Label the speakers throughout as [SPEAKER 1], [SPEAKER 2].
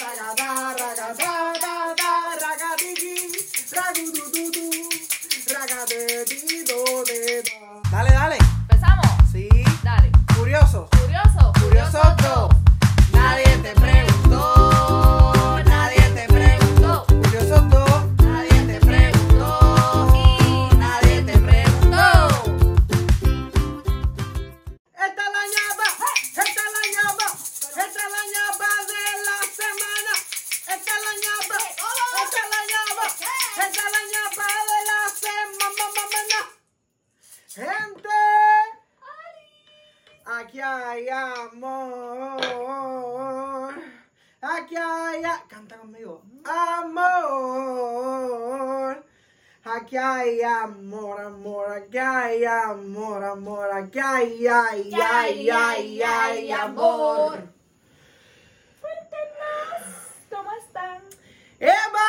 [SPEAKER 1] ragada ragada ragada ragadigi. Ragudududu. Ragadedido dedo. Dale, dale.
[SPEAKER 2] Empezamos.
[SPEAKER 1] Sí.
[SPEAKER 2] Dale.
[SPEAKER 1] Curioso.
[SPEAKER 2] Curioso.
[SPEAKER 1] Curioso
[SPEAKER 2] dos.
[SPEAKER 1] Bro. Nadie te preguntó. Nadie te preguntó. Curioso Bro. Nadie te preguntó. Nadie te preguntó. Esta es la ñapa, esta es la ñapa, esta es la ñapa de la semana. Esta es la ñapa, esta es la ñapa, esta es la ñapa de la semana. Gente, aquí hay amor. Aquí hay, a- canta conmigo, amor. Aquí hay amor, amor, aquí hay amor, amor, aquí hay, ay, ay, ay, ay, amor.
[SPEAKER 2] Cuéntenos, ¿cómo están?
[SPEAKER 1] ¡Eva!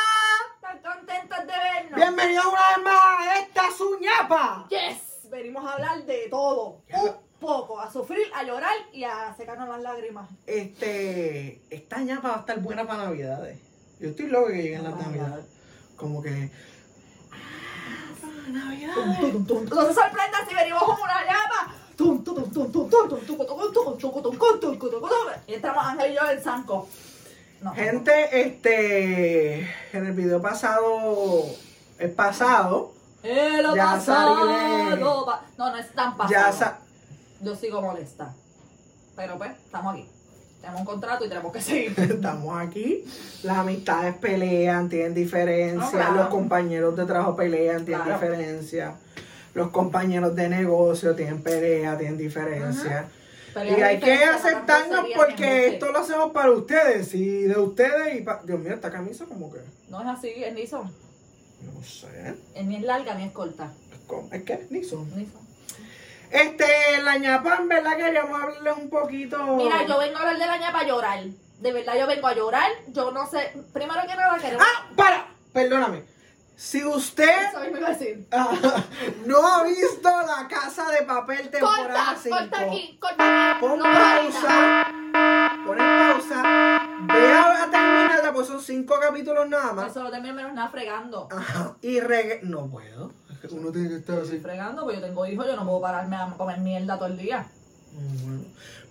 [SPEAKER 2] ¿Están contentos de vernos?
[SPEAKER 1] Bienvenido una vez más a esta suñapa.
[SPEAKER 2] Yes. Venimos a hablar de todo. Un poco. A sufrir, a llorar y a secarnos las lágrimas.
[SPEAKER 1] Este, esta ñapa va a estar buena para navidades. Yo estoy loco que lleguen las
[SPEAKER 2] Para
[SPEAKER 1] navidades. Como que... ah, para navidades.
[SPEAKER 2] No se sorprendan si venimos con una llama. Tum, tum, tum, tum, tum, tum, tum, tum, tum, tum, tum, tum, tum, tum, tum, tum. Y entramos Ángel y yo en Sanco. No.
[SPEAKER 1] Gente, este, en el video pasado, el pasado,
[SPEAKER 2] Eh, lo
[SPEAKER 1] Ya
[SPEAKER 2] pasado.
[SPEAKER 1] sale.
[SPEAKER 2] pa- No, no es tan pasado.
[SPEAKER 1] ya sa-
[SPEAKER 2] Yo sigo molesta. Pero pues, estamos aquí. Tenemos un contrato y tenemos que seguir.
[SPEAKER 1] Estamos aquí, las amistades pelean, tienen diferencias,
[SPEAKER 2] Ah, claro.
[SPEAKER 1] los compañeros de trabajo pelean, tienen
[SPEAKER 2] Claro.
[SPEAKER 1] diferencias, los compañeros de negocio tienen pelea, tienen diferencias.
[SPEAKER 2] Pero
[SPEAKER 1] Y
[SPEAKER 2] ya
[SPEAKER 1] hay
[SPEAKER 2] me
[SPEAKER 1] que
[SPEAKER 2] interesa,
[SPEAKER 1] aceptarnos
[SPEAKER 2] tampoco sería
[SPEAKER 1] porque
[SPEAKER 2] bien
[SPEAKER 1] esto lo hacemos para ustedes y de ustedes y para... Dios mío, esta camisa como que...
[SPEAKER 2] justo. No es así, es ni son.
[SPEAKER 1] No sé,
[SPEAKER 2] Es ni es larga ni es corta.
[SPEAKER 1] es como- es que ni son.
[SPEAKER 2] Ni son.
[SPEAKER 1] Este, la ñapa, en verdad queríamos hablarle un poquito...
[SPEAKER 2] Mira, yo vengo a hablar de la ñapa a llorar. De verdad, yo vengo a llorar. Yo no sé. Primero que nada, queremos.
[SPEAKER 1] ¡Ah! ¡Para! Perdóname. Si usted
[SPEAKER 2] Eso mismo iba a decir.
[SPEAKER 1] ah, no ha visto La Casa de Papel temporada
[SPEAKER 2] Corta,
[SPEAKER 1] 5,
[SPEAKER 2] corta aquí, corta aquí.
[SPEAKER 1] pon
[SPEAKER 2] No, ahorita.
[SPEAKER 1] pausa. Pon pausa. Ve a, a terminarla, pues son cinco capítulos nada más.
[SPEAKER 2] Eso lo termino menos nada fregando.
[SPEAKER 1] Ajá. Y reggae. No puedo. Es que Uno tiene que estar así.
[SPEAKER 2] Fregando, pues yo tengo hijos, yo no puedo pararme a comer mierda todo el día.
[SPEAKER 1] Bueno.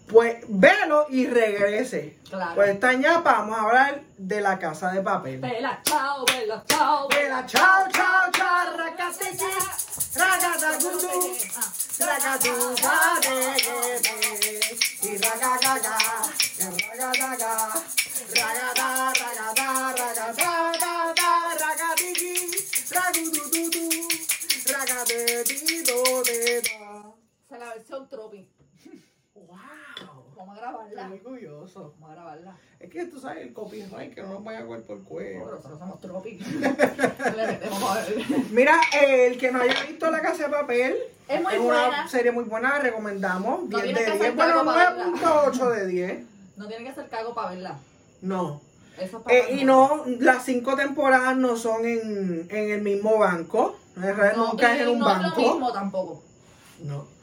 [SPEAKER 1] Pues velo y regrese.
[SPEAKER 2] Claro.
[SPEAKER 1] Pues esta ñapa vamos a hablar de la casa de papel.
[SPEAKER 2] Vela, chao, vela, chao,
[SPEAKER 1] Vela, chao, chao, charra, casisi, ragada, gudu,
[SPEAKER 2] Eh, ah,
[SPEAKER 1] ragadu, gade, y ragagaga, ragadaga, ragada, ragada, ragada, ragadigi, ragudududu, ragadedido, dedo.
[SPEAKER 2] Esa es la versión tropi.
[SPEAKER 1] ¡Wow!
[SPEAKER 2] Vamos a
[SPEAKER 1] Estoy
[SPEAKER 2] grabarla.
[SPEAKER 1] orgulloso.
[SPEAKER 2] Vamos a grabarla.
[SPEAKER 1] Es que tú sabes el copyright que no nos vaya a coger por
[SPEAKER 2] Pero
[SPEAKER 1] cuello.
[SPEAKER 2] nosotros somos tropi. Le metemos a ver.
[SPEAKER 1] Mira, el que no haya visto La Casa de Papel,
[SPEAKER 2] Es muy
[SPEAKER 1] una
[SPEAKER 2] buena.
[SPEAKER 1] serie muy buena, la recomendamos.
[SPEAKER 2] No
[SPEAKER 1] 10 de
[SPEAKER 2] tienes que
[SPEAKER 1] 10,
[SPEAKER 2] hacer
[SPEAKER 1] bueno,
[SPEAKER 2] cargo para verla.
[SPEAKER 1] 9.8 de 10.
[SPEAKER 2] No tiene que hacer cago para verla.
[SPEAKER 1] No.
[SPEAKER 2] Eso es para
[SPEAKER 1] Eh, y no, las cinco temporadas no son en, en el mismo banco. En realidad
[SPEAKER 2] No,
[SPEAKER 1] nunca es
[SPEAKER 2] y
[SPEAKER 1] en un
[SPEAKER 2] no es
[SPEAKER 1] banco.
[SPEAKER 2] lo mismo tampoco.
[SPEAKER 1] No.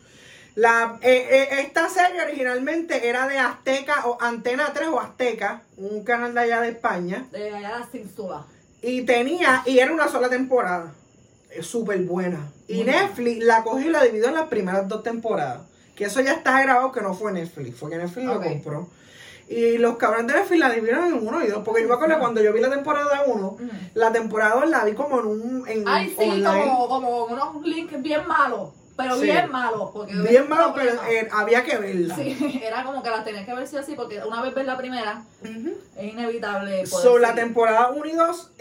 [SPEAKER 1] La, eh, eh, esta serie originalmente era de Azteca o Antena 3 o Azteca, un canal de allá de España.
[SPEAKER 2] De allá de las Cínsulas.
[SPEAKER 1] Y tenía, y era una sola temporada. Es súper buena. Y
[SPEAKER 2] Muy buena.
[SPEAKER 1] Netflix la cogió y la dividió en las primeras dos temporadas. Que eso ya está grabado que no fue Netflix, fue que Netflix
[SPEAKER 2] Ok.
[SPEAKER 1] lo compró. Y los cabrones de Netflix la dividieron en uno y dos. Porque yo me acuerdo cuando yo vi la temporada uno,
[SPEAKER 2] Ujú.
[SPEAKER 1] la temporada dos la vi como en un en
[SPEAKER 2] Ay, sí,
[SPEAKER 1] Mm. online.
[SPEAKER 2] como, como unos links bien malos. Pero
[SPEAKER 1] Sí.
[SPEAKER 2] bien malos. Porque
[SPEAKER 1] Bien malo, pero
[SPEAKER 2] problema.
[SPEAKER 1] eh, había que verla.
[SPEAKER 2] Sí, era como que la tenías que ver sí o sí, porque una vez ves la primera,
[SPEAKER 1] Ujú.
[SPEAKER 2] es inevitable poder
[SPEAKER 1] So, la
[SPEAKER 2] seguir.
[SPEAKER 1] temporada 1 y 2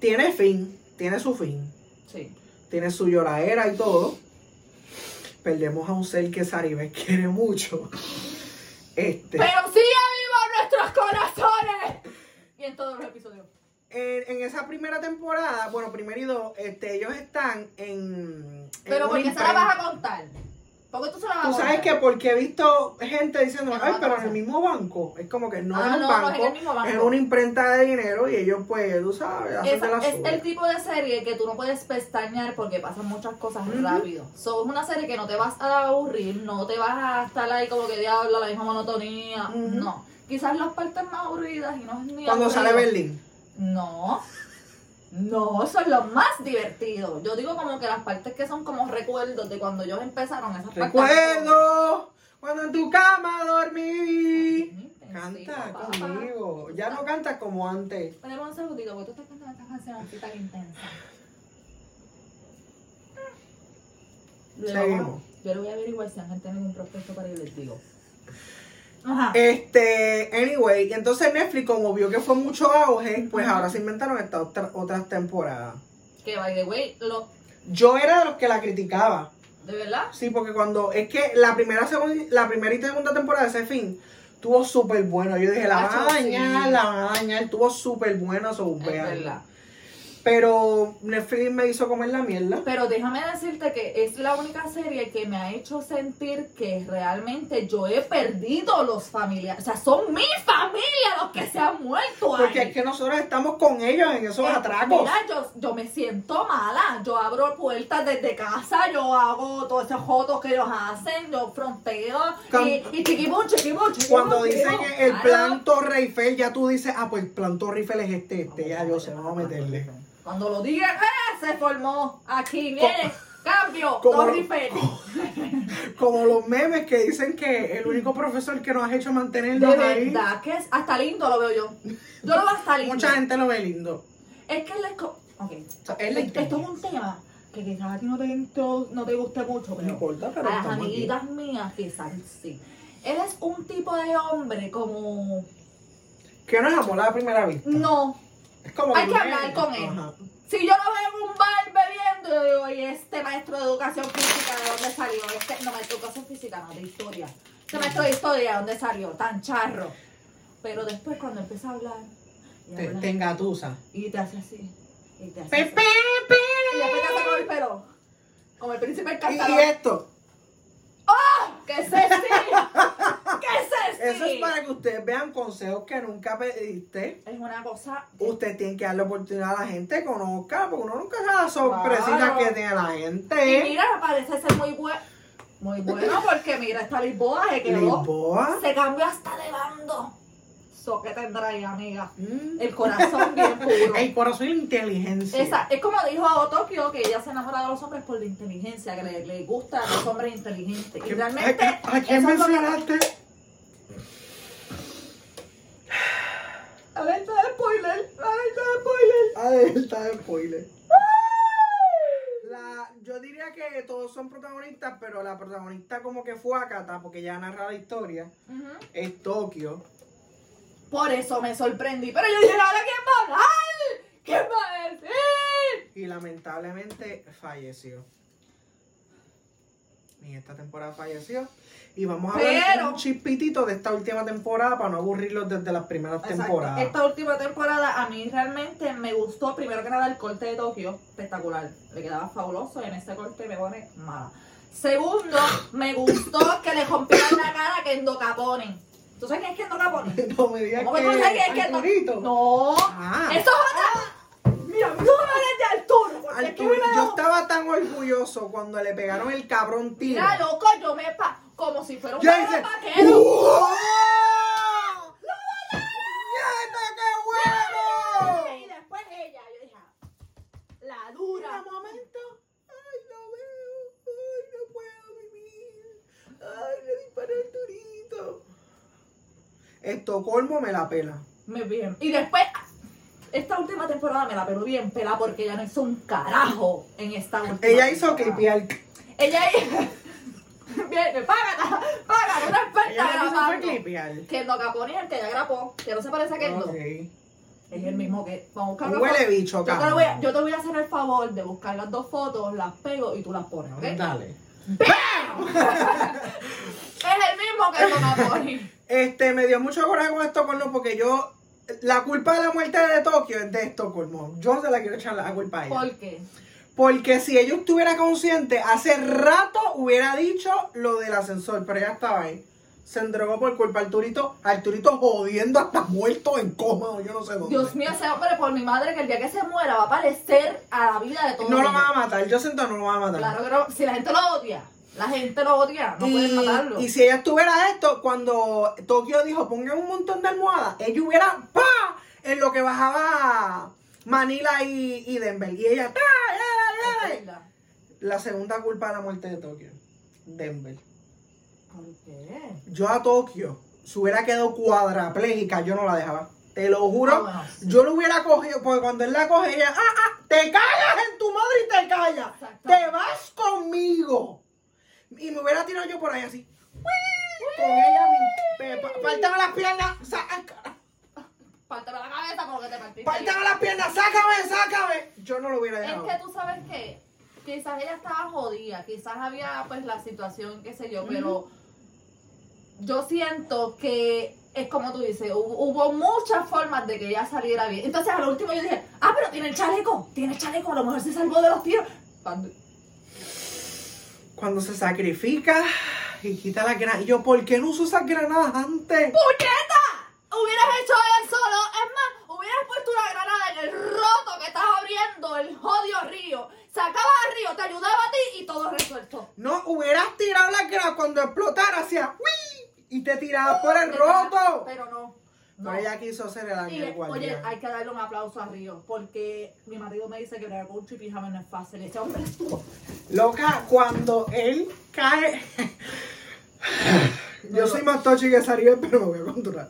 [SPEAKER 1] tiene fin, tiene su fin.
[SPEAKER 2] Sí.
[SPEAKER 1] tiene su lloradera y todo. Perdemos a un ser que Saribes quiere mucho. Este,
[SPEAKER 2] Pero sigue vivo en nuestros corazones. Y en todos los episodios.
[SPEAKER 1] en, en esa primera temporada, bueno, primero y dos, este, ellos están en. en
[SPEAKER 2] Pero
[SPEAKER 1] un
[SPEAKER 2] porque se la
[SPEAKER 1] imprenta-
[SPEAKER 2] vas a contar. Porque tú se la vas a
[SPEAKER 1] Tú sabes
[SPEAKER 2] volver.
[SPEAKER 1] que porque he visto gente diciendo,
[SPEAKER 2] Es
[SPEAKER 1] ay,
[SPEAKER 2] otra
[SPEAKER 1] pero en
[SPEAKER 2] cosa".
[SPEAKER 1] el mismo banco. Es como que no
[SPEAKER 2] Ah,
[SPEAKER 1] es un
[SPEAKER 2] no, no
[SPEAKER 1] banco,
[SPEAKER 2] es en el mismo banco.
[SPEAKER 1] es una imprenta de dinero y ellos, pues, tú sabes, hacen de
[SPEAKER 2] Esa-
[SPEAKER 1] la
[SPEAKER 2] es
[SPEAKER 1] suya.
[SPEAKER 2] el tipo de serie que tú no puedes pestañear porque pasan muchas cosas
[SPEAKER 1] Ujú.
[SPEAKER 2] rápido. So, es una serie que no te vas a aburrir, no te vas a estar ahí como que diablo, la misma monotonía.
[SPEAKER 1] Ujú.
[SPEAKER 2] No. Quizás las partes más aburridas y no es ni
[SPEAKER 1] Cuando
[SPEAKER 2] aburrido.
[SPEAKER 1] sale Berlín.
[SPEAKER 2] No. No, eso es lo más divertido. Yo digo como que las partes que son como recuerdos de cuando ellos empezaron esas partes.
[SPEAKER 1] Recuerdo cuando en tu cama dormí.
[SPEAKER 2] Intensivo,
[SPEAKER 1] Canta
[SPEAKER 2] papá.
[SPEAKER 1] conmigo. Ya no cantas como antes.
[SPEAKER 2] Ponemos un segundito, porque tú estás cantando esta canción así tan intensa. Le
[SPEAKER 1] Seguimos.
[SPEAKER 2] vamos a- Yo le voy a averiguar si han tenido un prospecto para ir les digo. Ajá.
[SPEAKER 1] Este, anyway, y entonces Netflix, como vio que fue mucho auge, pues ahora se inventaron estas otra- otras temporadas.
[SPEAKER 2] que by the way, lo,
[SPEAKER 1] Yo era de los que la criticaba.
[SPEAKER 2] de verdad,
[SPEAKER 1] Sí, porque cuando es que la primera, segun- la primera y segunda temporada de ese fin estuvo súper bueno. Yo dije, la van a
[SPEAKER 2] Hacho, sí.
[SPEAKER 1] dañar, la van a dañar. Estuvo súper bueno, so,
[SPEAKER 2] es
[SPEAKER 1] véanla.
[SPEAKER 2] verdad.
[SPEAKER 1] Pero Netflix me hizo comer la mierda.
[SPEAKER 2] Pero déjame decirte que es la única serie que me ha hecho sentir que realmente yo he perdido los familiares. O sea, son mi familia los que se han muerto. ahí.
[SPEAKER 1] Porque es que nosotros estamos con ellos en esos
[SPEAKER 2] Eh,
[SPEAKER 1] atracos.
[SPEAKER 2] Mira, yo, yo me siento mala. Yo abro puertas desde casa, yo hago todos esos jotos que ellos hacen, yo fronteo
[SPEAKER 1] Cuan-
[SPEAKER 2] y, y chiquibum, chiquibum, chiquibum,
[SPEAKER 1] Cuando dicen
[SPEAKER 2] chiquibum.
[SPEAKER 1] que el
[SPEAKER 2] Claro.
[SPEAKER 1] plan Torre Eiffel, ya tú dices, ah, pues el plan Torre Eiffel es este, este, ya yo sé, vamos a meterle.
[SPEAKER 2] Cuando lo digan, ¡eh! Se formó aquí, viene, cambio,
[SPEAKER 1] como-
[SPEAKER 2] Torre Eiffel.
[SPEAKER 1] Como los memes que dicen que el único profesor que nos ha hecho
[SPEAKER 2] De
[SPEAKER 1] mantenernos ahí,
[SPEAKER 2] verdad que es hasta lindo lo veo yo. Yo lo veo hasta lindo.
[SPEAKER 1] mucha gente lo ve lindo.
[SPEAKER 2] Es que la esco- ok.
[SPEAKER 1] O sea, es la
[SPEAKER 2] Esto es
[SPEAKER 1] historia.
[SPEAKER 2] un tema que quizás a ti no te, entro- no te guste mucho,
[SPEAKER 1] No
[SPEAKER 2] pero
[SPEAKER 1] importa, pero
[SPEAKER 2] a las
[SPEAKER 1] estamos aquí.
[SPEAKER 2] amiguitas mías quizás sí. Él es un tipo de hombre como...
[SPEAKER 1] Que no es amor a primera vista.
[SPEAKER 2] No,
[SPEAKER 1] Es como
[SPEAKER 2] Hay
[SPEAKER 1] tú
[SPEAKER 2] que
[SPEAKER 1] vienes.
[SPEAKER 2] hablar con él.
[SPEAKER 1] Ajá.
[SPEAKER 2] si yo lo veo en un bar bebiendo, yo digo, y este maestro de educación física, ¿de dónde salió? Este, no, maestro de educación física, no, de historia. Este maestro de historia, ¿de dónde salió? Tan charro. Pero después cuando empieza a hablar, y,
[SPEAKER 1] Te,
[SPEAKER 2] habla,
[SPEAKER 1] te engatusa.
[SPEAKER 2] y te hace así, y te hace
[SPEAKER 1] Pe,
[SPEAKER 2] así.
[SPEAKER 1] pe, pe.
[SPEAKER 2] Y después te hace con el pelo, como el príncipe
[SPEAKER 1] Y,
[SPEAKER 2] encantador.
[SPEAKER 1] y esto,
[SPEAKER 2] ¿Qué es este? ¿Qué es
[SPEAKER 1] eso
[SPEAKER 2] este?
[SPEAKER 1] es para que ustedes vean consejos que nunca pediste.
[SPEAKER 2] Es una cosa.
[SPEAKER 1] Usted tiene que darle oportunidad a la gente, conozca, porque uno nunca sabe la sorpresita
[SPEAKER 2] Claro.
[SPEAKER 1] que tiene la
[SPEAKER 2] Y
[SPEAKER 1] gente.
[SPEAKER 2] mira, parece ser muy bueno. Muy bueno, porque mira, esta Lisboa se quedó.
[SPEAKER 1] Lisboa.
[SPEAKER 2] Se cambió hasta de bando. So que tendrá ahí, amiga.
[SPEAKER 1] Mm.
[SPEAKER 2] El corazón bien puro.
[SPEAKER 1] El corazón es inteligencia.
[SPEAKER 2] Esa- es como dijo a Tokio que ella se enamora de los hombres por la inteligencia, que le, le gusta a los hombres inteligentes. Y
[SPEAKER 1] ¿Qué-
[SPEAKER 2] realmente.
[SPEAKER 1] ¿A, a- a quién
[SPEAKER 2] eso es lo que-
[SPEAKER 1] mencionaste?
[SPEAKER 2] Alerta de spoiler. Alerta de spoiler.
[SPEAKER 1] Ahí está el spoiler. La- yo diría que todos son protagonistas, pero la protagonista como que fue Akata, porque ya narra la historia,
[SPEAKER 2] Ujú.
[SPEAKER 1] es Tokio.
[SPEAKER 2] Por eso me sorprendí. Pero yo dije, ¿ahora quién va a hablar? ¿Quién va a decir?
[SPEAKER 1] Y lamentablemente falleció. Y esta temporada falleció. Y vamos a ver
[SPEAKER 2] Pero-
[SPEAKER 1] un chispitito de esta última temporada para no aburrirlos desde las primeras temporadas.
[SPEAKER 2] Exacto. Esta última temporada a mí realmente me gustó. Primero que nada, el corte de Tokio, espectacular. Le quedaba fabuloso y en ese corte me pone mala. Segundo, me gustó que le rompieran la cara que Kendo Capone. ¿Tú sabes quién es Kendo Capone?
[SPEAKER 1] No me digas
[SPEAKER 2] ¿Cómo
[SPEAKER 1] que
[SPEAKER 2] que tú no sabes quién es Kendo?
[SPEAKER 1] Arturito.
[SPEAKER 2] No.
[SPEAKER 1] Ah.
[SPEAKER 2] Eso es otra. Mira, no me hables de Arturo. porque tú
[SPEAKER 1] Arturo,
[SPEAKER 2] me lo-
[SPEAKER 1] yo estaba tan orgulloso cuando le pegaron el cabrón tiro.
[SPEAKER 2] Mira, loco, yo me pa... Como si fuera un
[SPEAKER 1] Yo hice,
[SPEAKER 2] vaquero.
[SPEAKER 1] ¡Wow! ¡Nieta, qué
[SPEAKER 2] Y
[SPEAKER 1] bueno!
[SPEAKER 2] después ella, yo dije, ah, la dura.
[SPEAKER 1] Un momento. Ay, no veo. Ay, no puedo vivir. Ay, le disparó el turito. Estocolmo me la pela.
[SPEAKER 2] Me bien. Y después, esta última temporada me la peló bien pela porque ella no hizo un carajo en esta última.
[SPEAKER 1] Ella hizo
[SPEAKER 2] temporada.
[SPEAKER 1] clipear.
[SPEAKER 2] Ella hizo. Viene, págala, págala, una
[SPEAKER 1] Ella lo
[SPEAKER 2] experta
[SPEAKER 1] que hizo fue
[SPEAKER 2] grabando.
[SPEAKER 1] clipear.
[SPEAKER 2] Kendo Capone es el que ya grabó, que no se parece a Kendo.
[SPEAKER 1] Ok.
[SPEAKER 2] Es el mismo que. Vamos a buscar la
[SPEAKER 1] Ah, Huele
[SPEAKER 2] foto.
[SPEAKER 1] bicho,
[SPEAKER 2] Yo te,
[SPEAKER 1] cabrón.
[SPEAKER 2] lo voy a, yo te voy a hacer el favor de buscar las dos fotos, las pego y tú las pones, ¿ok?
[SPEAKER 1] Dale.
[SPEAKER 2] Es el mismo Kendo Capone.
[SPEAKER 1] Este, me dio mucho coraje con Estocolmo porque yo. La culpa de la muerte de Tokio es de Estocolmo. Yo se la quiero echar la culpa a ella.
[SPEAKER 2] ¿Por qué?
[SPEAKER 1] Porque si ella estuviera consciente, hace rato hubiera dicho lo del ascensor, pero ella estaba ahí. Se endrogó por culpa de Arturito. Arturito jodiendo hasta muerto en coma o yo no sé dónde.
[SPEAKER 2] Dios mío, ese hombre, por mi madre, que el día que se muera va a aparecer a la vida de todos.
[SPEAKER 1] no lo
[SPEAKER 2] va
[SPEAKER 1] van a matar. Yo siento que no lo van a matar.
[SPEAKER 2] Claro que no. Si la gente lo odia, la gente lo odia, no pueden matarlo.
[SPEAKER 1] y si ella estuviera esto, cuando Tokio dijo pongan un montón de almohadas, ella hubiera pa en lo que bajaba Manila y, y Denver. Y ella ta, la, la, la, la. La segunda culpa de la muerte de Tokio, Denver.
[SPEAKER 2] ¿Por qué?
[SPEAKER 1] Yo a Tokio, si hubiera quedado cuadraplégica, yo no la dejaba. Te lo juro,
[SPEAKER 2] Ah, bueno, sí.
[SPEAKER 1] yo lo hubiera cogido, porque cuando él la coge, ella, ah, ah, te callas en tu madre y te callas.
[SPEAKER 2] Exacto.
[SPEAKER 1] Te vas conmigo. Y me hubiera tirado yo por ahí así. Con ella, mi, pe- pa- pártame las piernas, saca-
[SPEAKER 2] Pártame la cabeza porque te partiste.
[SPEAKER 1] pártame las piernas, sácame, sácame. Yo no lo hubiera
[SPEAKER 2] Es
[SPEAKER 1] dejado.
[SPEAKER 2] que tú sabes que quizás ella estaba jodida, quizás había pues la situación, qué sé yo, pero yo siento que es como tú dices, hu- hubo, muchas formas de que ella saliera bien. Entonces al último yo dije, ah, pero tiene el chaleco, tiene el chaleco, a lo mejor se salvó de los tiros. Cuando-
[SPEAKER 1] Cuando se sacrifica y quita las granadas. Y yo, ¿por qué no uso esas granadas antes?
[SPEAKER 2] ¡Puñeta! Hubieras hecho eso, ¿no? Es más, hubieras puesto una granada en el roto que estás abriendo, el jodido río. Sacabas al río, te ayudaba a ti y todo resuelto.
[SPEAKER 1] No, hubieras tirado la granadas cuando explotara hacia ¡Wii! y te tirabas por el roto.
[SPEAKER 2] Pero no. no.
[SPEAKER 1] Pero ella quiso ser el
[SPEAKER 2] Y,
[SPEAKER 1] ángel
[SPEAKER 2] oye,
[SPEAKER 1] guardián.
[SPEAKER 2] hay que darle un aplauso a Río, porque mi marido me dice que bregar con un chipijama no es fácil. Ese hombre estuvo.
[SPEAKER 1] Loca, cuando él cae. Yo
[SPEAKER 2] Pero-
[SPEAKER 1] soy más tochi que Saribel, pero me voy a controlar.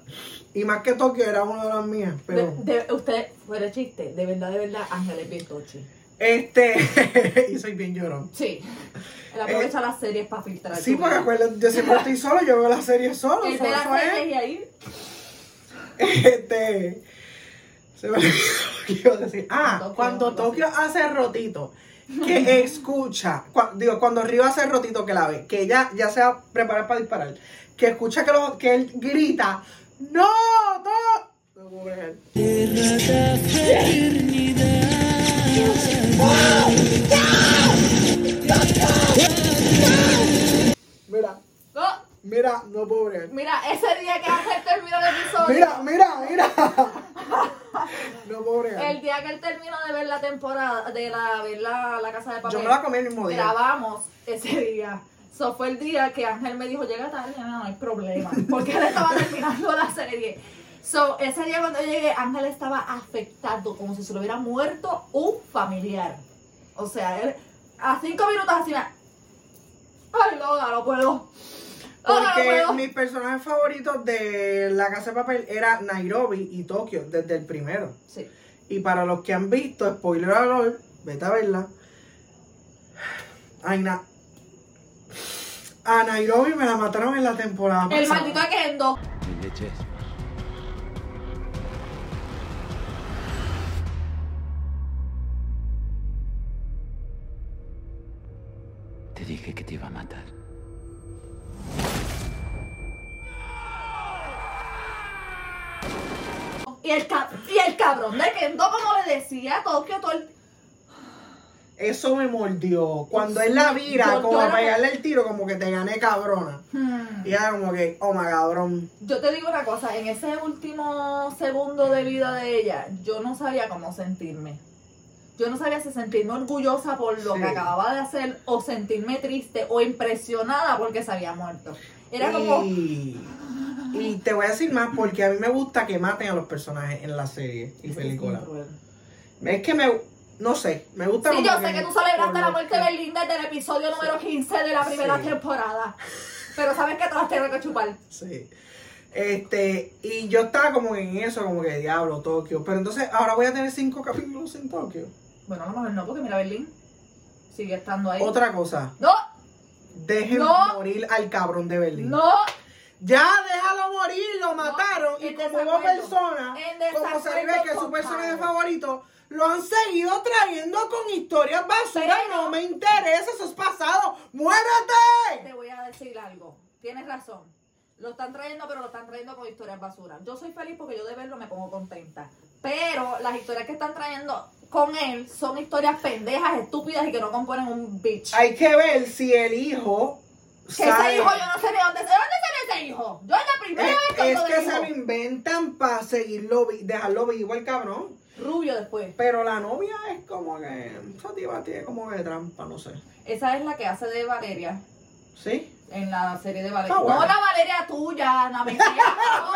[SPEAKER 1] Y más que Tokio era una de las mías, pero.
[SPEAKER 2] De- de- usted, fuera de chiste, de verdad, de verdad, Ángel es bien tochi.
[SPEAKER 1] Este. y soy bien llorón.
[SPEAKER 2] Sí. Él aprovecha las series para filtrar.
[SPEAKER 1] Eh, Sí,
[SPEAKER 2] su
[SPEAKER 1] porque
[SPEAKER 2] vida.
[SPEAKER 1] acuérdate, yo siempre estoy solo, yo veo la serie solo.
[SPEAKER 2] Él
[SPEAKER 1] so-
[SPEAKER 2] ve
[SPEAKER 1] eso ¿eh?
[SPEAKER 2] las series
[SPEAKER 1] es.
[SPEAKER 2] y ahí...
[SPEAKER 1] Este. Se me olvidó lo que iba a decir. Ah,
[SPEAKER 2] Tokio,
[SPEAKER 1] cuando
[SPEAKER 2] algo
[SPEAKER 1] Tokio hace rotito, que escucha, cua- digo, cuando Río hace rotito que la ve, que ella ya se va a preparar para disparar, que escucha que, lo- que él grita, ¡No! ¡No! No puedo creer. Mira,
[SPEAKER 2] ¡Oh!
[SPEAKER 1] mira, no puedo creer.
[SPEAKER 2] Mira, ese día que Ángel terminó el episodio,
[SPEAKER 1] Mira, mira, mira. No puedo creer.
[SPEAKER 2] el día que él terminó de ver la temporada, de la, ver la, la casa de papel,
[SPEAKER 1] Yo me la comí el mismo día.
[SPEAKER 2] grabamos ese día. Eso fue el día que Ángel me dijo, llega tarde, no, no hay problema, porque él estaba terminando la serie. So, ese día cuando yo llegué, Ángel estaba afectado, como si se le hubiera muerto un familiar. O sea, él, a cinco minutos así, mira, ay, Lola, no puedo. Lola, no
[SPEAKER 1] Porque
[SPEAKER 2] puedo.
[SPEAKER 1] mis personajes favoritos de La Casa de Papel era Nairobi y Tokio desde el primero.
[SPEAKER 2] Sí.
[SPEAKER 1] Y para los que han visto, spoiler alert, vete a verla. Ay, na- A Nairobi me la mataron en la temporada
[SPEAKER 2] El
[SPEAKER 1] pasada.
[SPEAKER 2] maldito Kendo.
[SPEAKER 3] Mil leches. Te dije que te iba a matar.
[SPEAKER 2] Y el, ca- y el cabrón de Kendo, como le decía a Tokio, todo el...
[SPEAKER 1] Eso me mordió. Cuando él la vira,
[SPEAKER 2] Yo-
[SPEAKER 1] como
[SPEAKER 2] yo
[SPEAKER 1] a
[SPEAKER 2] era-
[SPEAKER 1] pegarle el tiro, como que te gané cabrona.
[SPEAKER 2] Hmm.
[SPEAKER 1] Y era como que, oh my cabrón.
[SPEAKER 2] Yo te digo una cosa, en ese último segundo de vida de ella, yo no sabía cómo sentirme. Yo no sabía si sentirme orgullosa por lo
[SPEAKER 1] Sí.
[SPEAKER 2] que acababa de hacer, o sentirme triste, o impresionada porque se había muerto. Era como...
[SPEAKER 1] Y, y te voy a decir más porque a mí me gusta que maten a los personajes en la serie y película. Es que me. No sé, me gusta.
[SPEAKER 2] pues. Sí,
[SPEAKER 1] como
[SPEAKER 2] yo sé que tú
[SPEAKER 1] por
[SPEAKER 2] celebraste la
[SPEAKER 1] lo
[SPEAKER 2] muerte
[SPEAKER 1] que-
[SPEAKER 2] de Belinda desde el episodio número 15 de la primera
[SPEAKER 1] Sí.
[SPEAKER 2] temporada. Pero sabes que te las tengo que chupar.
[SPEAKER 1] Sí. Este, y yo estaba como en eso, como que diablo, Tokio. Pero entonces ahora voy a tener cinco capítulos en Tokio.
[SPEAKER 2] Bueno, a lo mejor no, porque mira, Berlín sigue estando ahí.
[SPEAKER 1] Otra cosa,
[SPEAKER 2] No,
[SPEAKER 1] dejen
[SPEAKER 2] No.
[SPEAKER 1] morir al cabrón de Berlín.
[SPEAKER 2] no,
[SPEAKER 1] Ya, déjalo morir, lo mataron. y
[SPEAKER 2] en
[SPEAKER 1] como dos
[SPEAKER 2] desacuerdo.
[SPEAKER 1] personas,
[SPEAKER 2] En
[SPEAKER 1] como se ve
[SPEAKER 2] desacuerdo
[SPEAKER 1] que es su
[SPEAKER 2] total.
[SPEAKER 1] personaje favorito, lo han seguido trayendo con historias basura.
[SPEAKER 2] Pero-
[SPEAKER 1] no me interesa, eso es pasado. ¡Muérete!
[SPEAKER 2] te voy a decir algo. Tienes razón. Lo están trayendo, pero lo están trayendo con historias basura. Yo soy feliz porque yo de verlo me pongo contenta. Pero las historias que están trayendo con él son historias pendejas, estúpidas y que no componen un bitch.
[SPEAKER 1] Hay que ver si el hijo
[SPEAKER 2] que ese hijo, yo no sé de dónde, ¿de dónde sale ese hijo. Yo es la primera
[SPEAKER 1] Es,
[SPEAKER 2] vez que
[SPEAKER 1] Eh, es
[SPEAKER 2] hablo
[SPEAKER 1] que
[SPEAKER 2] del
[SPEAKER 1] se lo
[SPEAKER 2] hijo.
[SPEAKER 1] inventan para seguirlo, vi- dejarlo vivo el cabrón.
[SPEAKER 2] Rubio después.
[SPEAKER 1] Pero la novia es como que. Esa tipa tiene como que trampa, no sé.
[SPEAKER 2] Esa es la que hace de Valeria.
[SPEAKER 1] ¿Sí?
[SPEAKER 2] En la serie de Valeria.
[SPEAKER 1] Ah, bueno.
[SPEAKER 2] No la Valeria tuya, la mentira. No,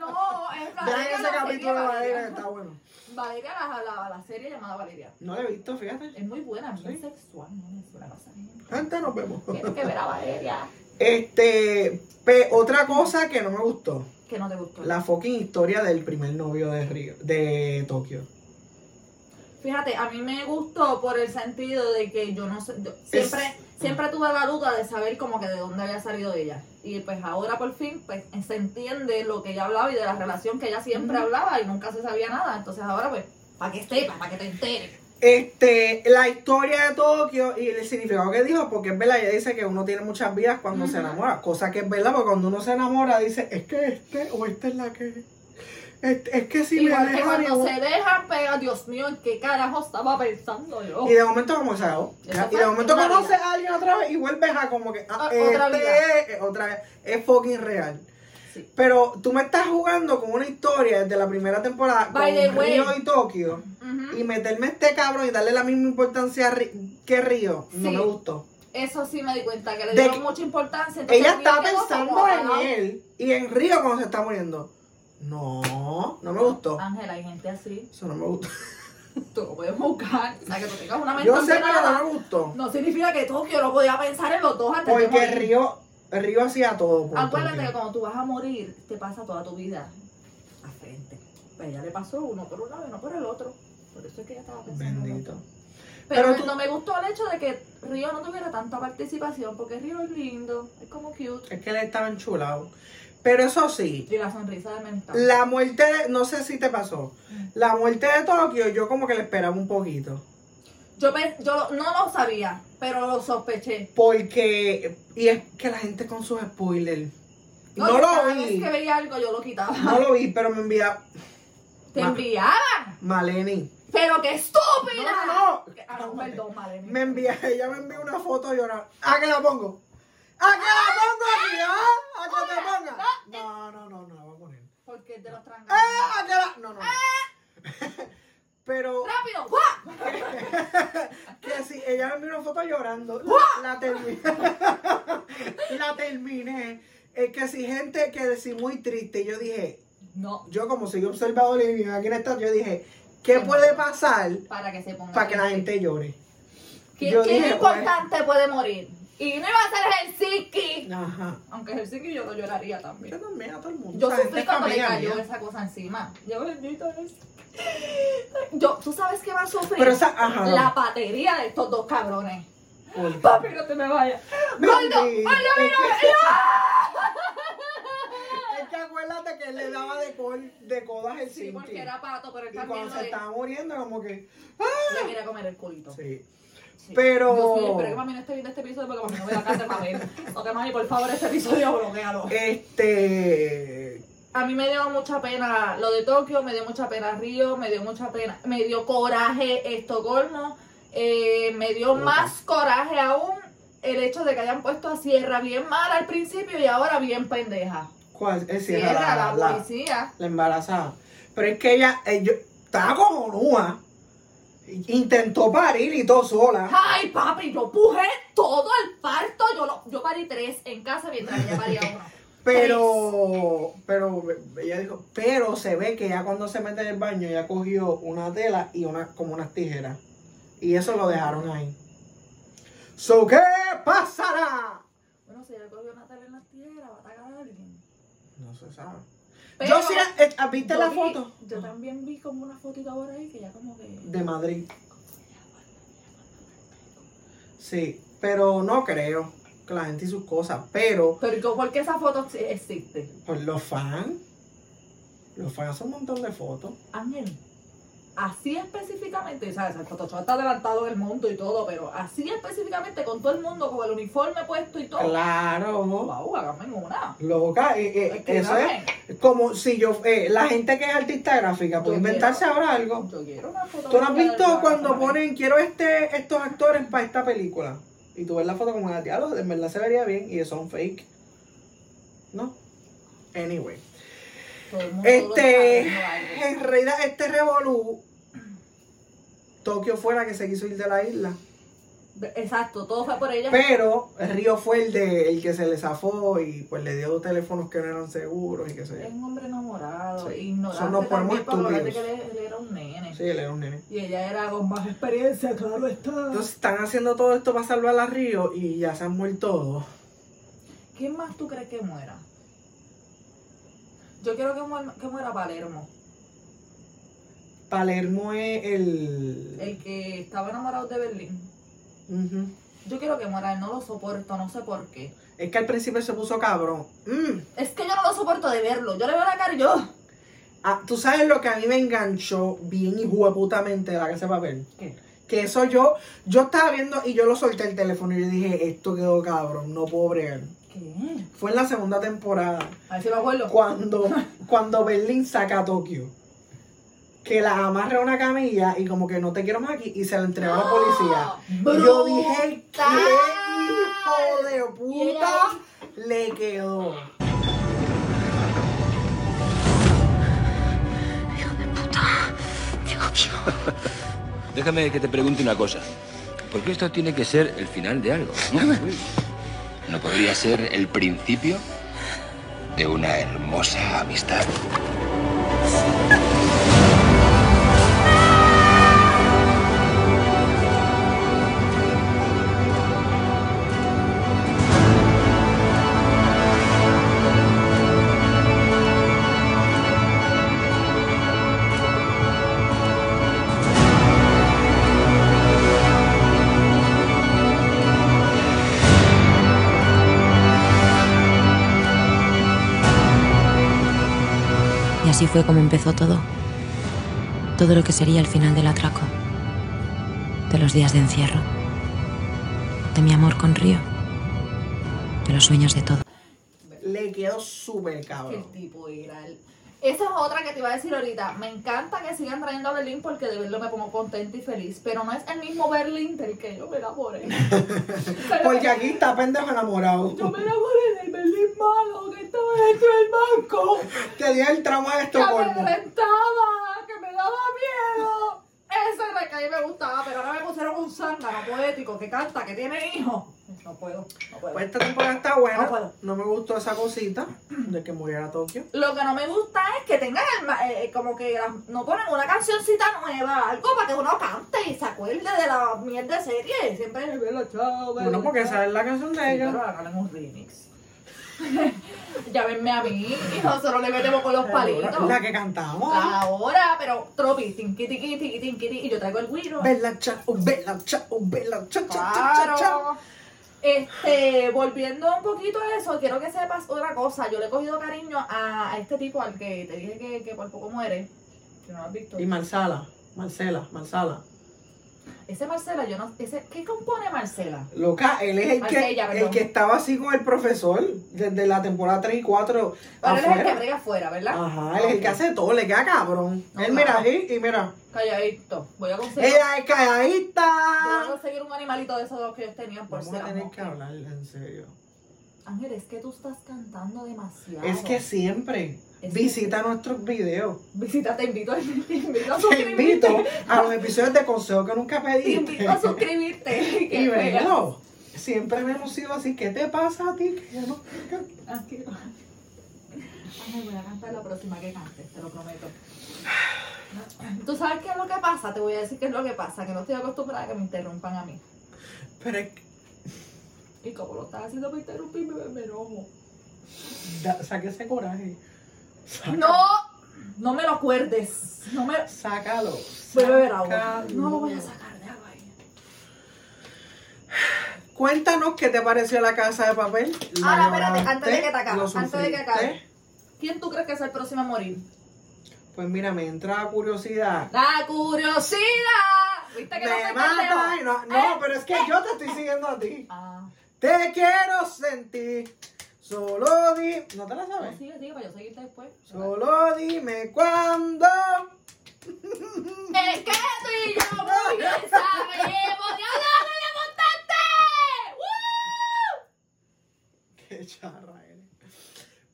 [SPEAKER 2] no,
[SPEAKER 1] Vean
[SPEAKER 2] es Valeria.
[SPEAKER 1] ese
[SPEAKER 2] la
[SPEAKER 1] capítulo
[SPEAKER 2] serie
[SPEAKER 1] de Valeria,
[SPEAKER 2] Valeria.
[SPEAKER 1] está bueno.
[SPEAKER 2] Valeria, la, la, la serie llamada Valeria.
[SPEAKER 1] No lo he visto, fíjate.
[SPEAKER 2] Es muy buena, es muy
[SPEAKER 1] Sí.
[SPEAKER 2] sexual. ¿no? Es una cosa.
[SPEAKER 1] Gente, nos vemos.
[SPEAKER 2] Tienes que ver a Valeria.
[SPEAKER 1] Este. pe- otra cosa que no me gustó.
[SPEAKER 2] Que no te gustó.
[SPEAKER 1] La fucking historia del primer novio de Río, de Tokio.
[SPEAKER 2] Fíjate, a mí me gustó por el sentido de que yo no sé, yo siempre,
[SPEAKER 1] Es-
[SPEAKER 2] siempre tuve la duda de saber como que de dónde había salido ella. Y pues ahora por fin pues se entiende lo que ella hablaba y de la relación que ella siempre hablaba y nunca se sabía nada. Entonces ahora pues, para que sepa, para que te enteres.
[SPEAKER 1] Este, la historia de Tokio y el significado que dijo, porque es verdad, ella dice que uno tiene muchas vidas cuando se
[SPEAKER 2] Ujú.
[SPEAKER 1] enamora, cosa que es verdad, porque cuando uno se enamora dice, es que este o esta es la que... este- es que si
[SPEAKER 2] Igual
[SPEAKER 1] me
[SPEAKER 2] que
[SPEAKER 1] dejan...
[SPEAKER 2] cuando
[SPEAKER 1] igual-
[SPEAKER 2] se dejan pegar, Dios mío, ¿en qué carajo estaba pensando yo?
[SPEAKER 1] Y de momento como se acabó.
[SPEAKER 2] Oh. Eso
[SPEAKER 1] Y
[SPEAKER 2] fue
[SPEAKER 1] de momento
[SPEAKER 2] una
[SPEAKER 1] conoces
[SPEAKER 2] vida.
[SPEAKER 1] a alguien otra vez y vuelves a como que... ah,
[SPEAKER 2] O- otra
[SPEAKER 1] este
[SPEAKER 2] vida.
[SPEAKER 1] es- otra vez. Es fucking real.
[SPEAKER 2] Sí.
[SPEAKER 1] Pero tú me estás jugando con una historia desde la primera temporada
[SPEAKER 2] By the
[SPEAKER 1] con
[SPEAKER 2] way.
[SPEAKER 1] Río y Tokio
[SPEAKER 2] Ujú.
[SPEAKER 1] y meterme a este cabrón y darle la misma importancia a Ri- que Río. No
[SPEAKER 2] Sí.
[SPEAKER 1] me gustó.
[SPEAKER 2] Eso sí me di cuenta, que
[SPEAKER 1] De
[SPEAKER 2] le dieron
[SPEAKER 1] que-
[SPEAKER 2] mucha importancia. entonces
[SPEAKER 1] Ella
[SPEAKER 2] Río
[SPEAKER 1] está
[SPEAKER 2] quedó
[SPEAKER 1] pensando
[SPEAKER 2] como apagado.
[SPEAKER 1] en él y en Río cuando se está muriendo. No, no me gustó.
[SPEAKER 2] Ángela, hay gente así.
[SPEAKER 1] Eso no me gustó.
[SPEAKER 2] Tú lo puedes buscar. O sea, que tú tengas una mente
[SPEAKER 1] Yo sé, pero
[SPEAKER 2] ordenada,
[SPEAKER 1] no me gustó.
[SPEAKER 2] No significa que Tokio no podía pensar en los dos antes de
[SPEAKER 1] Porque
[SPEAKER 2] morir.
[SPEAKER 1] Río, Río hacía todo. por
[SPEAKER 2] Acuérdate
[SPEAKER 1] Tokio.
[SPEAKER 2] que cuando tú vas a morir, te pasa toda tu vida a frente. Pues ya le pasó uno por un lado y uno por el otro. Por eso es que ella estaba pensando. en
[SPEAKER 1] Bendito.
[SPEAKER 2] otro. Pero,
[SPEAKER 1] Pero tú-
[SPEAKER 2] no me gustó el hecho de que Río no tuviera tanta participación, porque Río es lindo, es como cute.
[SPEAKER 1] Es que él estaba enchulado. Pero eso sí,
[SPEAKER 2] Y la sonrisa de mental.
[SPEAKER 1] la muerte de, no sé si te pasó,
[SPEAKER 2] Mm.
[SPEAKER 1] la muerte de Tokio yo como que le esperaba un poquito.
[SPEAKER 2] Yo, pe- yo lo- no lo sabía, pero lo sospeché.
[SPEAKER 1] Porque, y es que la gente con sus spoilers, no,
[SPEAKER 2] yo cada
[SPEAKER 1] lo
[SPEAKER 2] vez
[SPEAKER 1] vi,
[SPEAKER 2] que veía algo, yo lo quitaba.
[SPEAKER 1] no lo vi, pero me envía
[SPEAKER 2] Te
[SPEAKER 1] Ma-
[SPEAKER 2] enviaban.
[SPEAKER 1] Maleni.
[SPEAKER 2] Pero qué estúpida.
[SPEAKER 1] No, no, no.
[SPEAKER 2] Ah, no, perdón, madre mía.
[SPEAKER 1] Me envía, ella me envía una foto llorando. ¿A que la pongo? ¿A que la pongo aquí? ah? ¿A que te ponga? No, no, no, no la voy a poner.
[SPEAKER 2] Porque te los trancan.
[SPEAKER 1] ¡Eh! ¿A que la? No, no. no.
[SPEAKER 2] Ah.
[SPEAKER 1] Pero
[SPEAKER 2] ¡Rápido! ¡guau!
[SPEAKER 1] que si ella me envió una foto llorando. La, terminé. la terminé. Es que si gente que decía muy triste, yo dije,
[SPEAKER 2] No,
[SPEAKER 1] yo como soy observador y vivo aquí en esta, yo dije, ¿qué puede pasar
[SPEAKER 2] para que se ponga.
[SPEAKER 1] para que la gente llore?
[SPEAKER 2] ¿Quién,
[SPEAKER 1] yo
[SPEAKER 2] quién
[SPEAKER 1] dije,
[SPEAKER 2] importante puede morir? Y no iba a ser Helsinki.
[SPEAKER 1] Ajá.
[SPEAKER 2] Aunque Helsinki yo lo lloraría también.
[SPEAKER 1] Yo también a todo el mundo.
[SPEAKER 2] Yo
[SPEAKER 1] Esa gente
[SPEAKER 2] sufrí
[SPEAKER 1] es
[SPEAKER 2] cuando me
[SPEAKER 1] amiga
[SPEAKER 2] cayó
[SPEAKER 1] mía.
[SPEAKER 2] esa cosa encima. Yo bendito es. Yo, tú sabes que va a sufrir
[SPEAKER 1] Pero esa, ajá.
[SPEAKER 2] la batería de estos dos cabrones.
[SPEAKER 1] Por-
[SPEAKER 2] Papi, no te me vayas.
[SPEAKER 1] Mira,
[SPEAKER 2] Gordo, ay,
[SPEAKER 1] mira,
[SPEAKER 2] mira,
[SPEAKER 1] es
[SPEAKER 2] mira,
[SPEAKER 1] que-
[SPEAKER 2] mira.
[SPEAKER 1] Es que acuérdate que él le daba de, col, de codas el
[SPEAKER 2] Sí, porque
[SPEAKER 1] cinti.
[SPEAKER 2] era pato, pero él
[SPEAKER 1] Y
[SPEAKER 2] también
[SPEAKER 1] cuando se
[SPEAKER 2] lo de-
[SPEAKER 1] estaba muriendo, como que.
[SPEAKER 2] le quería comer el culito.
[SPEAKER 1] Sí.
[SPEAKER 2] Sí.
[SPEAKER 1] Pero-
[SPEAKER 2] Dios mío, espero que mami no esté viendo este episodio porque mami no me da casa para ver. Ok, mami, por favor, este episodio bloquealo.
[SPEAKER 1] Este.
[SPEAKER 2] A mí me dio mucha pena lo de Tokio, me dio mucha pena Río, me dio mucha pena, me dio coraje Estocolmo, eh, me dio más coraje aún el hecho de que hayan puesto a Sierra bien mala al principio y ahora bien pendeja.
[SPEAKER 1] ¿Cuál? Es
[SPEAKER 2] Sierra,
[SPEAKER 1] la,
[SPEAKER 2] la,
[SPEAKER 1] la-
[SPEAKER 2] policía.
[SPEAKER 1] la embarazada. Pero es que ella, eh, yo, estaba como nua. Intentó parir y todo sola.
[SPEAKER 2] Ay, papi, yo pujé todo el parto, yo, lo- yo parí tres en casa mientras ella paría uno.
[SPEAKER 1] Pero,
[SPEAKER 2] pues.
[SPEAKER 1] pero ella dijo, pero se ve que ya cuando se mete en el baño, ella cogió una tela y una, como unas tijeras. Y eso lo dejaron ahí. So, ¿qué pasará?
[SPEAKER 2] Bueno, si ella cogió una tela en la tierra, va a atacar a alguien.
[SPEAKER 1] No se sabe.
[SPEAKER 2] Pero
[SPEAKER 1] yo sí, la- eh, ¿viste
[SPEAKER 2] yo
[SPEAKER 1] la
[SPEAKER 2] vi-
[SPEAKER 1] foto?
[SPEAKER 2] Yo también vi como una fotito ahora ahí que ya como que.
[SPEAKER 1] De Madrid. Sí, pero no creo que la gente y sus cosas, pero
[SPEAKER 2] Pero yo, ¿por qué esa foto ex- existe?
[SPEAKER 1] pues los fans, los fans hacen un montón de fotos.
[SPEAKER 2] Ángel, así específicamente, ¿sabes? El Photoshop está adelantado en el mundo y todo, pero así específicamente con todo el mundo, con el uniforme puesto y todo.
[SPEAKER 1] Claro.
[SPEAKER 2] Wow, háganme una.
[SPEAKER 1] Loca, eh, eh, eso
[SPEAKER 2] Escúchame.
[SPEAKER 1] es como si yo, eh, la gente que es artista gráfica puede
[SPEAKER 2] Yo
[SPEAKER 1] inventarse
[SPEAKER 2] quiero-
[SPEAKER 1] ahora algo.
[SPEAKER 2] Yo quiero una foto.
[SPEAKER 1] ¿Tú no has
[SPEAKER 2] mía
[SPEAKER 1] visto
[SPEAKER 2] del-
[SPEAKER 1] cuando ponen, quiero este, estos actores para esta película? Y tú ves la foto como en diálogo, en verdad se vería bien y son fake. ¿No? Anyway.
[SPEAKER 2] Todo el mundo todo
[SPEAKER 1] Este,
[SPEAKER 2] está haciendo algo.
[SPEAKER 1] en realidad, este revolú, Tokio fue la que se quiso ir de la isla.
[SPEAKER 2] Exacto, todo fue por ella.
[SPEAKER 1] Pero el Río fue el de el que se le zafó y pues le dio teléfonos que no eran seguros y qué sé
[SPEAKER 2] Es
[SPEAKER 1] yo.
[SPEAKER 2] un hombre enamorado,
[SPEAKER 1] Sí.
[SPEAKER 2] ignorante.
[SPEAKER 1] Son los polmos
[SPEAKER 2] también, por lo grande que
[SPEAKER 1] estúpidos.
[SPEAKER 2] él, él era un nene.
[SPEAKER 1] Sí, él era un nene.
[SPEAKER 2] Y ella era con más experiencia, claro está.
[SPEAKER 1] Entonces están haciendo todo esto para salvar a Río y ya se han muerto todos.
[SPEAKER 2] ¿Quién más tú crees que muera? Yo quiero que muera, que muera Palermo,
[SPEAKER 1] Palermo es el...
[SPEAKER 2] el que estaba enamorado de Berlín.
[SPEAKER 1] Ujú.
[SPEAKER 2] Yo quiero que muera, él no lo soporto, no sé por qué.
[SPEAKER 1] Es que al principio se puso cabrón. Mm.
[SPEAKER 2] Es que yo no lo soporto de verlo, yo le veo la cara y yo.
[SPEAKER 1] Ah, Tú sabes lo que a mí me enganchó bien y putamente de la casa de papel.
[SPEAKER 2] ¿Qué?
[SPEAKER 1] Que eso yo, yo estaba viendo y yo lo solté el teléfono y yo dije, esto quedó cabrón, no puedo bregar.
[SPEAKER 2] ¿Qué?
[SPEAKER 1] Fue en la segunda temporada.
[SPEAKER 2] A ver si me acuerdo.
[SPEAKER 1] cuando, cuando Berlín saca a Tokio. Que la amarra a una camilla y como que no te quiero más aquí y se la entrega a la policía. Yo dije, ¿qué hijo de puta le quedó?
[SPEAKER 4] Déjame que te pregunte una cosa. Porque esto tiene que ser el final de algo. ¿no? ¿No podría ser el principio de una hermosa amistad?
[SPEAKER 5] Y así fue como empezó todo. Todo lo que sería el final del atraco. De los días de encierro. De mi amor con Río. De los sueños de todo.
[SPEAKER 1] Le quedó súper
[SPEAKER 2] Que
[SPEAKER 1] cabrón.
[SPEAKER 2] el tipo era el- Esa es otra que te iba a decir ahorita. Me encanta que sigan trayendo a Berlín porque de verlo me pongo contenta y feliz. Pero no es el mismo Berlín del que yo me enamoré.
[SPEAKER 1] Porque aquí está pendejo enamorado.
[SPEAKER 2] Yo me enamoré del Berlín malo que estaba dentro del banco.
[SPEAKER 1] Te dio el trauma de
[SPEAKER 2] Que
[SPEAKER 1] Estocolmo.
[SPEAKER 2] amedrentaba, que me daba miedo. Ese recaí me gustaba, pero ahora me pusieron un zángano poético que canta, que tiene hijos. No puedo, no puedo.
[SPEAKER 1] Pues esta temporada está
[SPEAKER 2] No
[SPEAKER 1] buena.
[SPEAKER 2] puedo.
[SPEAKER 1] No me gustó esa cosita de que muriera Tokio.
[SPEAKER 2] Lo que no me gusta es que tengan el ma- eh, como que la- no ponen una cancioncita nueva, algo para que uno cante y se acuerde de la mierda de serie. Siempre es verlo chao,
[SPEAKER 1] Bueno, porque esa es la canción
[SPEAKER 2] Sí,
[SPEAKER 1] de
[SPEAKER 2] pero
[SPEAKER 1] ellos.
[SPEAKER 2] hagan un remix. Llámenme a mí y nosotros le metemos con los palitos.
[SPEAKER 1] La que cantamos.
[SPEAKER 2] Ahora, pero tropi, tinqui, tiqui, tiqui, tinquiti, y yo traigo el guiro.
[SPEAKER 1] Bella chao, bella chao, bella chao, chao, chao, chao.
[SPEAKER 2] Claro. Este, volviendo un poquito a eso, quiero que sepas otra cosa. Yo le he cogido cariño a, a este tipo al que te dije que, que por poco muere. Que no lo has visto.
[SPEAKER 1] Y Marsala, Marcela, Marsala.
[SPEAKER 2] Ese Marcela, yo no. Ese, ¿Qué compone Marcela?
[SPEAKER 1] Loca, él es el que,
[SPEAKER 2] Marsella, perdón.
[SPEAKER 1] el que estaba así con el profesor desde la temporada 3 y 4.
[SPEAKER 2] Ahora él es el que
[SPEAKER 1] afuera.
[SPEAKER 2] brega afuera, ¿verdad?
[SPEAKER 1] Ajá, él es el que hace todo, le queda cabrón.
[SPEAKER 2] No,
[SPEAKER 1] él mira
[SPEAKER 2] claro.
[SPEAKER 1] ahí y mira.
[SPEAKER 2] Calladito. Voy a conseguir.
[SPEAKER 1] Ella es
[SPEAKER 2] Voy a
[SPEAKER 1] calladita.
[SPEAKER 2] conseguir un animalito de esos dos que ellos tenían por
[SPEAKER 1] Vamos
[SPEAKER 2] ser
[SPEAKER 1] a tener
[SPEAKER 2] amor.
[SPEAKER 1] que hablar en serio.
[SPEAKER 2] Ángel, es que tú estás cantando demasiado.
[SPEAKER 1] Es que siempre
[SPEAKER 2] Es que-
[SPEAKER 1] visita nuestros videos.
[SPEAKER 2] Visita, te invito, te invito a
[SPEAKER 1] Te
[SPEAKER 2] suscribirte.
[SPEAKER 1] invito a los episodios de consejo que nunca
[SPEAKER 2] Te
[SPEAKER 1] pediste.
[SPEAKER 2] invito a suscribirte.
[SPEAKER 1] Y
[SPEAKER 2] que veas.
[SPEAKER 1] velo. Siempre hemos sido así. ¿Qué te pasa a ti? Que no-
[SPEAKER 2] Así que- Ay, voy a cantar la próxima que cante, te lo prometo. ¿Tú sabes qué es lo que pasa? Te voy a decir qué es lo que pasa, que no estoy acostumbrada a que me interrumpan a mí.
[SPEAKER 1] Pero es que-
[SPEAKER 2] Y como lo estás haciendo me interrumpir, me, me enojo.
[SPEAKER 1] da- saque ese coraje. Saca-
[SPEAKER 2] ¡No! No me lo acuerdes. No me...
[SPEAKER 1] Sácalo.
[SPEAKER 2] Voy a beber agua.
[SPEAKER 1] sácalo.
[SPEAKER 2] No lo voy a sacar de agua. ahí.
[SPEAKER 1] Cuéntanos qué te pareció la casa de papel. ¿La
[SPEAKER 2] Ahora, espérate,
[SPEAKER 1] lloraste?
[SPEAKER 2] antes de que te acabe,
[SPEAKER 1] ¿Lo
[SPEAKER 2] antes de que acabe.
[SPEAKER 1] sufriste?
[SPEAKER 2] ¿Quién tú crees que es el próximo a morir?
[SPEAKER 1] Pues mira, me entra la curiosidad.
[SPEAKER 2] La curiosidad. ¿Viste que no
[SPEAKER 1] Me
[SPEAKER 2] soy
[SPEAKER 1] mata.
[SPEAKER 2] pendeja?
[SPEAKER 1] y No,
[SPEAKER 2] ¿Eh?
[SPEAKER 1] no, pero es que yo te estoy siguiendo a ti.
[SPEAKER 2] Ah,
[SPEAKER 1] Te quiero sentir. Solo di. ¿No te la
[SPEAKER 2] no,
[SPEAKER 1] sabes?
[SPEAKER 2] sigue, sigue, para yo seguirte después.
[SPEAKER 1] Solo dime cuándo.
[SPEAKER 2] Es que tú y yo muy
[SPEAKER 1] ¡Ah!
[SPEAKER 2] bien sabemos. ¡Dios, dame la montante! ¡Woo!
[SPEAKER 1] Qué charra eres.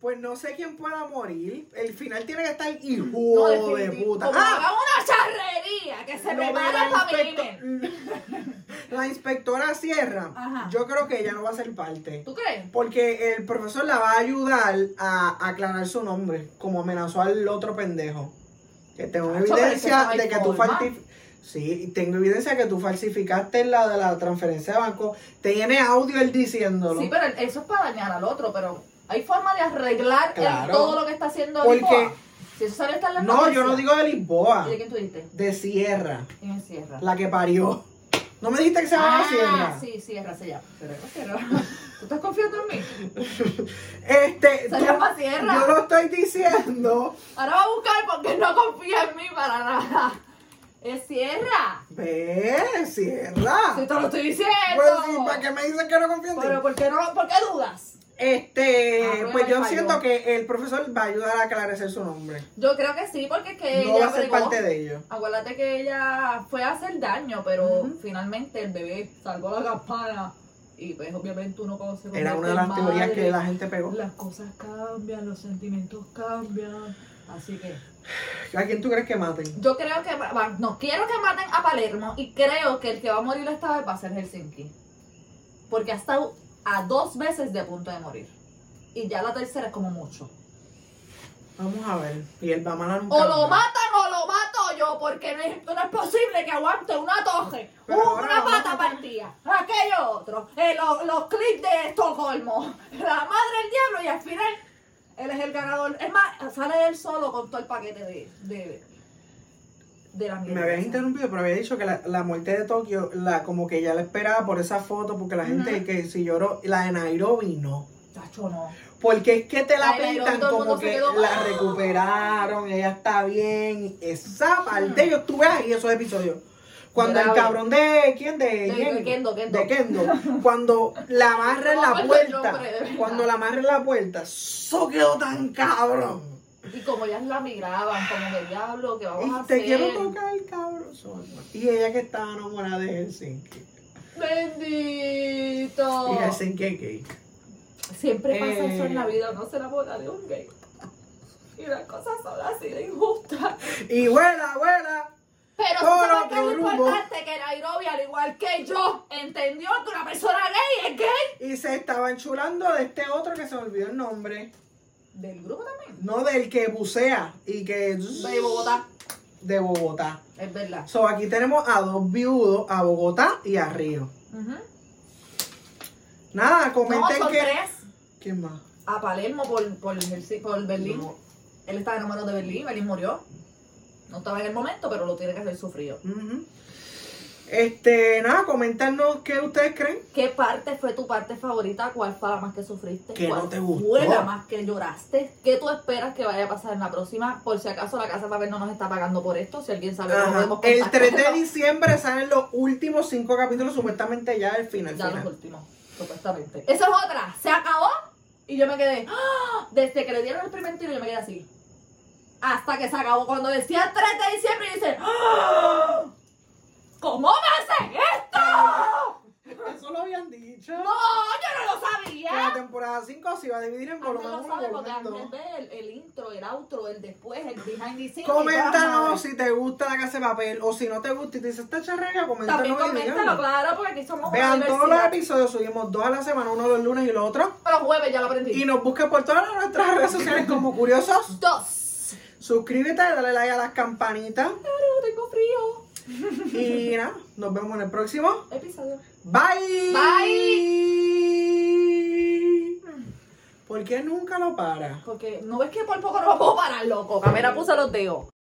[SPEAKER 1] Pues no sé quién pueda morir. El final tiene que estar hijo
[SPEAKER 2] No,
[SPEAKER 1] de
[SPEAKER 2] definitivo.
[SPEAKER 1] puta. Ah,
[SPEAKER 2] Como haga una charrería que se
[SPEAKER 1] Lo de
[SPEAKER 2] prepara
[SPEAKER 1] la
[SPEAKER 2] para mí.
[SPEAKER 1] inspecto- La inspectora Sierra,
[SPEAKER 2] Ajá.
[SPEAKER 1] yo creo que ella no va a ser parte.
[SPEAKER 2] ¿Tú crees?
[SPEAKER 1] Porque el profesor la va a ayudar a aclarar su nombre, como amenazó al otro pendejo. Que tengo
[SPEAKER 2] Chacho,
[SPEAKER 1] evidencia
[SPEAKER 2] pero es que no hay
[SPEAKER 1] de que tú
[SPEAKER 2] forma.
[SPEAKER 1] falsificaste. Sí, tengo evidencia que tú falsificaste la de la transferencia de banco. Tiene audio él diciéndolo.
[SPEAKER 2] Sí, pero el- eso es para dañar al otro, pero hay forma de arreglar el-
[SPEAKER 1] Claro.
[SPEAKER 2] todo lo que está haciendo
[SPEAKER 1] Porque-
[SPEAKER 2] Lisboa. Si eso sale está en la
[SPEAKER 1] no, yo no digo de Lisboa,
[SPEAKER 2] ¿Y de quién tú diste?
[SPEAKER 1] de Sierra,
[SPEAKER 2] ¿Quién es Sierra?
[SPEAKER 1] la que parió. ¿No me dijiste que se llamaba Sierra?
[SPEAKER 2] Ah, sí, Sierra se llama. Pero no, Sierra. ¿Tú estás confiando en mí?
[SPEAKER 1] Este,
[SPEAKER 2] Se
[SPEAKER 1] tú-
[SPEAKER 2] llama Sierra.
[SPEAKER 1] Yo lo estoy diciendo.
[SPEAKER 2] Ahora va a buscar porque no confía en mí para nada. Es Sierra.
[SPEAKER 1] Ve, Sierra.
[SPEAKER 2] Si te lo estoy diciendo.
[SPEAKER 1] Pues sí, ¿para qué me dicen que no confío en ti?
[SPEAKER 2] Pero ¿por qué, no, ¿por qué dudas?
[SPEAKER 1] Este,
[SPEAKER 2] Ah, prueba
[SPEAKER 1] pues yo
[SPEAKER 2] y falló.
[SPEAKER 1] siento que el profesor va a ayudar a aclarecer su nombre.
[SPEAKER 2] Yo creo que sí, porque es que
[SPEAKER 1] No
[SPEAKER 2] ella
[SPEAKER 1] va a ser
[SPEAKER 2] bregó.
[SPEAKER 1] parte de ello.
[SPEAKER 2] Acuérdate que ella fue a hacer daño, pero finalmente el bebé salvó la campana. Y pues obviamente uno cuando se
[SPEAKER 1] Era
[SPEAKER 2] convierte
[SPEAKER 1] una de
[SPEAKER 2] en
[SPEAKER 1] las teorías
[SPEAKER 2] madre,
[SPEAKER 1] que la gente pegó.
[SPEAKER 2] Las cosas cambian, los sentimientos cambian. Así que
[SPEAKER 1] ¿A quién tú crees que maten?
[SPEAKER 2] yo creo que va- va- no quiero que maten a Palermo y creo que el que va a morir esta vez va a ser Helsinki. Porque ha estado a dos veces de punto de morir. Y ya la tercera es como mucho.
[SPEAKER 1] Vamos a ver. Y él va a matar un
[SPEAKER 2] O lo
[SPEAKER 1] cabrón.
[SPEAKER 2] matan o lo mato yo, porque no es, no es posible que aguante una toje,
[SPEAKER 1] Pero ahora
[SPEAKER 2] una
[SPEAKER 1] vamos
[SPEAKER 2] pata
[SPEAKER 1] a poner-
[SPEAKER 2] partida, aquello otro, eh, lo- los clips de Estocolmo, la madre del diablo y al final él es el ganador. Es más, sale él solo con todo el paquete de, de, de la
[SPEAKER 1] Me habías interrumpido, pero había dicho que la, la muerte de Tokio, la, como que ya la esperaba por esa foto, porque la gente que si lloró, la de Nairobi no.
[SPEAKER 2] Tacho, no.
[SPEAKER 1] Porque es que te la
[SPEAKER 2] Ay, pero
[SPEAKER 1] pintan
[SPEAKER 2] todo el
[SPEAKER 1] como
[SPEAKER 2] mundo se
[SPEAKER 1] que
[SPEAKER 2] quedó,
[SPEAKER 1] la
[SPEAKER 2] ¡ah!
[SPEAKER 1] recuperaron, ella está bien. Esa parte, yo estuve ahí esos episodios. Cuando el
[SPEAKER 2] Grave.
[SPEAKER 1] cabrón de. ¿Quién? De,
[SPEAKER 2] de Kendo, Kendo.
[SPEAKER 1] De Kendo. Cuando la amarra en
[SPEAKER 2] No me
[SPEAKER 1] la
[SPEAKER 2] acuerdo el
[SPEAKER 1] puerta.
[SPEAKER 2] nombre, de verdad.
[SPEAKER 1] cuando la amarra en la puerta. Eso quedó tan cabrón.
[SPEAKER 2] Y como ellas la migraban, como que diablo, que vamos a
[SPEAKER 1] Y
[SPEAKER 2] hacer.
[SPEAKER 1] te quiero tocar, cabrón. Y ella que estaba enamorada de Helsinki.
[SPEAKER 2] Bendito.
[SPEAKER 1] Y Helsinki es gay.
[SPEAKER 2] Siempre pasa eso en la
[SPEAKER 1] Eh.
[SPEAKER 2] vida, no se enamora de un gay. Y las cosas son así de injustas.
[SPEAKER 1] Y vuela, vuela.
[SPEAKER 2] Pero tú
[SPEAKER 1] Por
[SPEAKER 2] sabes que es
[SPEAKER 1] otro
[SPEAKER 2] lo
[SPEAKER 1] rumbo.
[SPEAKER 2] importante que Nairobi, al igual que yo, entendió que una persona gay es gay.
[SPEAKER 1] Y se estaban chulando de este otro que se me olvidó el nombre.
[SPEAKER 2] Del grupo también.
[SPEAKER 1] No del que bucea y que.
[SPEAKER 2] De Bogotá.
[SPEAKER 1] De Bogotá.
[SPEAKER 2] Es verdad.
[SPEAKER 1] So, aquí tenemos a dos viudos, a Bogotá y a Río.
[SPEAKER 2] Ujú.
[SPEAKER 1] Nada,
[SPEAKER 2] No,
[SPEAKER 1] comenten
[SPEAKER 2] son
[SPEAKER 1] que.
[SPEAKER 2] tres.
[SPEAKER 1] ¿Quién más?
[SPEAKER 2] A Palermo por, por, Helsi- por Berlín.
[SPEAKER 1] No.
[SPEAKER 2] Él estaba enamorado de Berlín, Berlín murió. No estaba en el momento, pero lo tiene que hacer sufrido.
[SPEAKER 1] Ujú. Este, nada, comentarnos qué ustedes creen.
[SPEAKER 2] ¿Qué parte fue tu parte favorita? ¿Cuál fue la más que sufriste?
[SPEAKER 1] Que
[SPEAKER 2] ¿Cuál
[SPEAKER 1] no te gustó.
[SPEAKER 2] fue la más que lloraste? ¿Qué tú esperas que vaya a pasar en la próxima? Por si acaso la Casa Papel no nos está pagando por esto, si alguien sabe, no
[SPEAKER 1] Ajá.
[SPEAKER 2] podemos
[SPEAKER 1] El 3 de
[SPEAKER 2] contactarlo.
[SPEAKER 1] diciembre salen los últimos cinco capítulos, supuestamente ya el final.
[SPEAKER 2] Ya
[SPEAKER 1] final.
[SPEAKER 2] los últimos, supuestamente. Esa es otra, se acabó y yo me quedé. ¡ah! Desde que le dieron el primer tiro, yo me quedé así. Hasta que se acabó. Cuando decía 3 de diciembre, y dice: ¡ah! ¿Cómo me hacen esto?
[SPEAKER 1] Eso lo habían dicho.
[SPEAKER 2] No, yo no lo sabía.
[SPEAKER 1] Que la temporada 5 se iba a dividir en
[SPEAKER 2] Ángel
[SPEAKER 1] volumen
[SPEAKER 2] lo
[SPEAKER 1] 1
[SPEAKER 2] sabe
[SPEAKER 1] y
[SPEAKER 2] porque
[SPEAKER 1] volumen
[SPEAKER 2] Ángel
[SPEAKER 1] 2.
[SPEAKER 2] ve el, el intro, el outro, el después, el behind the scenes.
[SPEAKER 1] Coméntanos
[SPEAKER 2] y
[SPEAKER 1] si te gusta la casa de papel o si no te gusta y te dice esta charrega,
[SPEAKER 2] todo.
[SPEAKER 1] coméntanos.
[SPEAKER 2] También
[SPEAKER 1] y díganos.
[SPEAKER 2] coméntalo, claro, porque aquí somos
[SPEAKER 1] Vean
[SPEAKER 2] una
[SPEAKER 1] todos los
[SPEAKER 2] diversidad.
[SPEAKER 1] episodios, subimos dos a la semana, uno los lunes y los otros.
[SPEAKER 2] Los jueves ya lo aprendí.
[SPEAKER 1] Y nos buscan por todas nuestras redes sociales como Curiosos.
[SPEAKER 2] Dos.
[SPEAKER 1] Suscríbete, dale like a las campanitas.
[SPEAKER 2] Claro, tengo frío.
[SPEAKER 1] Y nada, nos vemos en el próximo.
[SPEAKER 2] Episodio.
[SPEAKER 1] Bye. Bye. ¿Por qué nunca lo para?
[SPEAKER 2] Porque no ves que por poco no puedo parar, loco. Camera puso los dedos.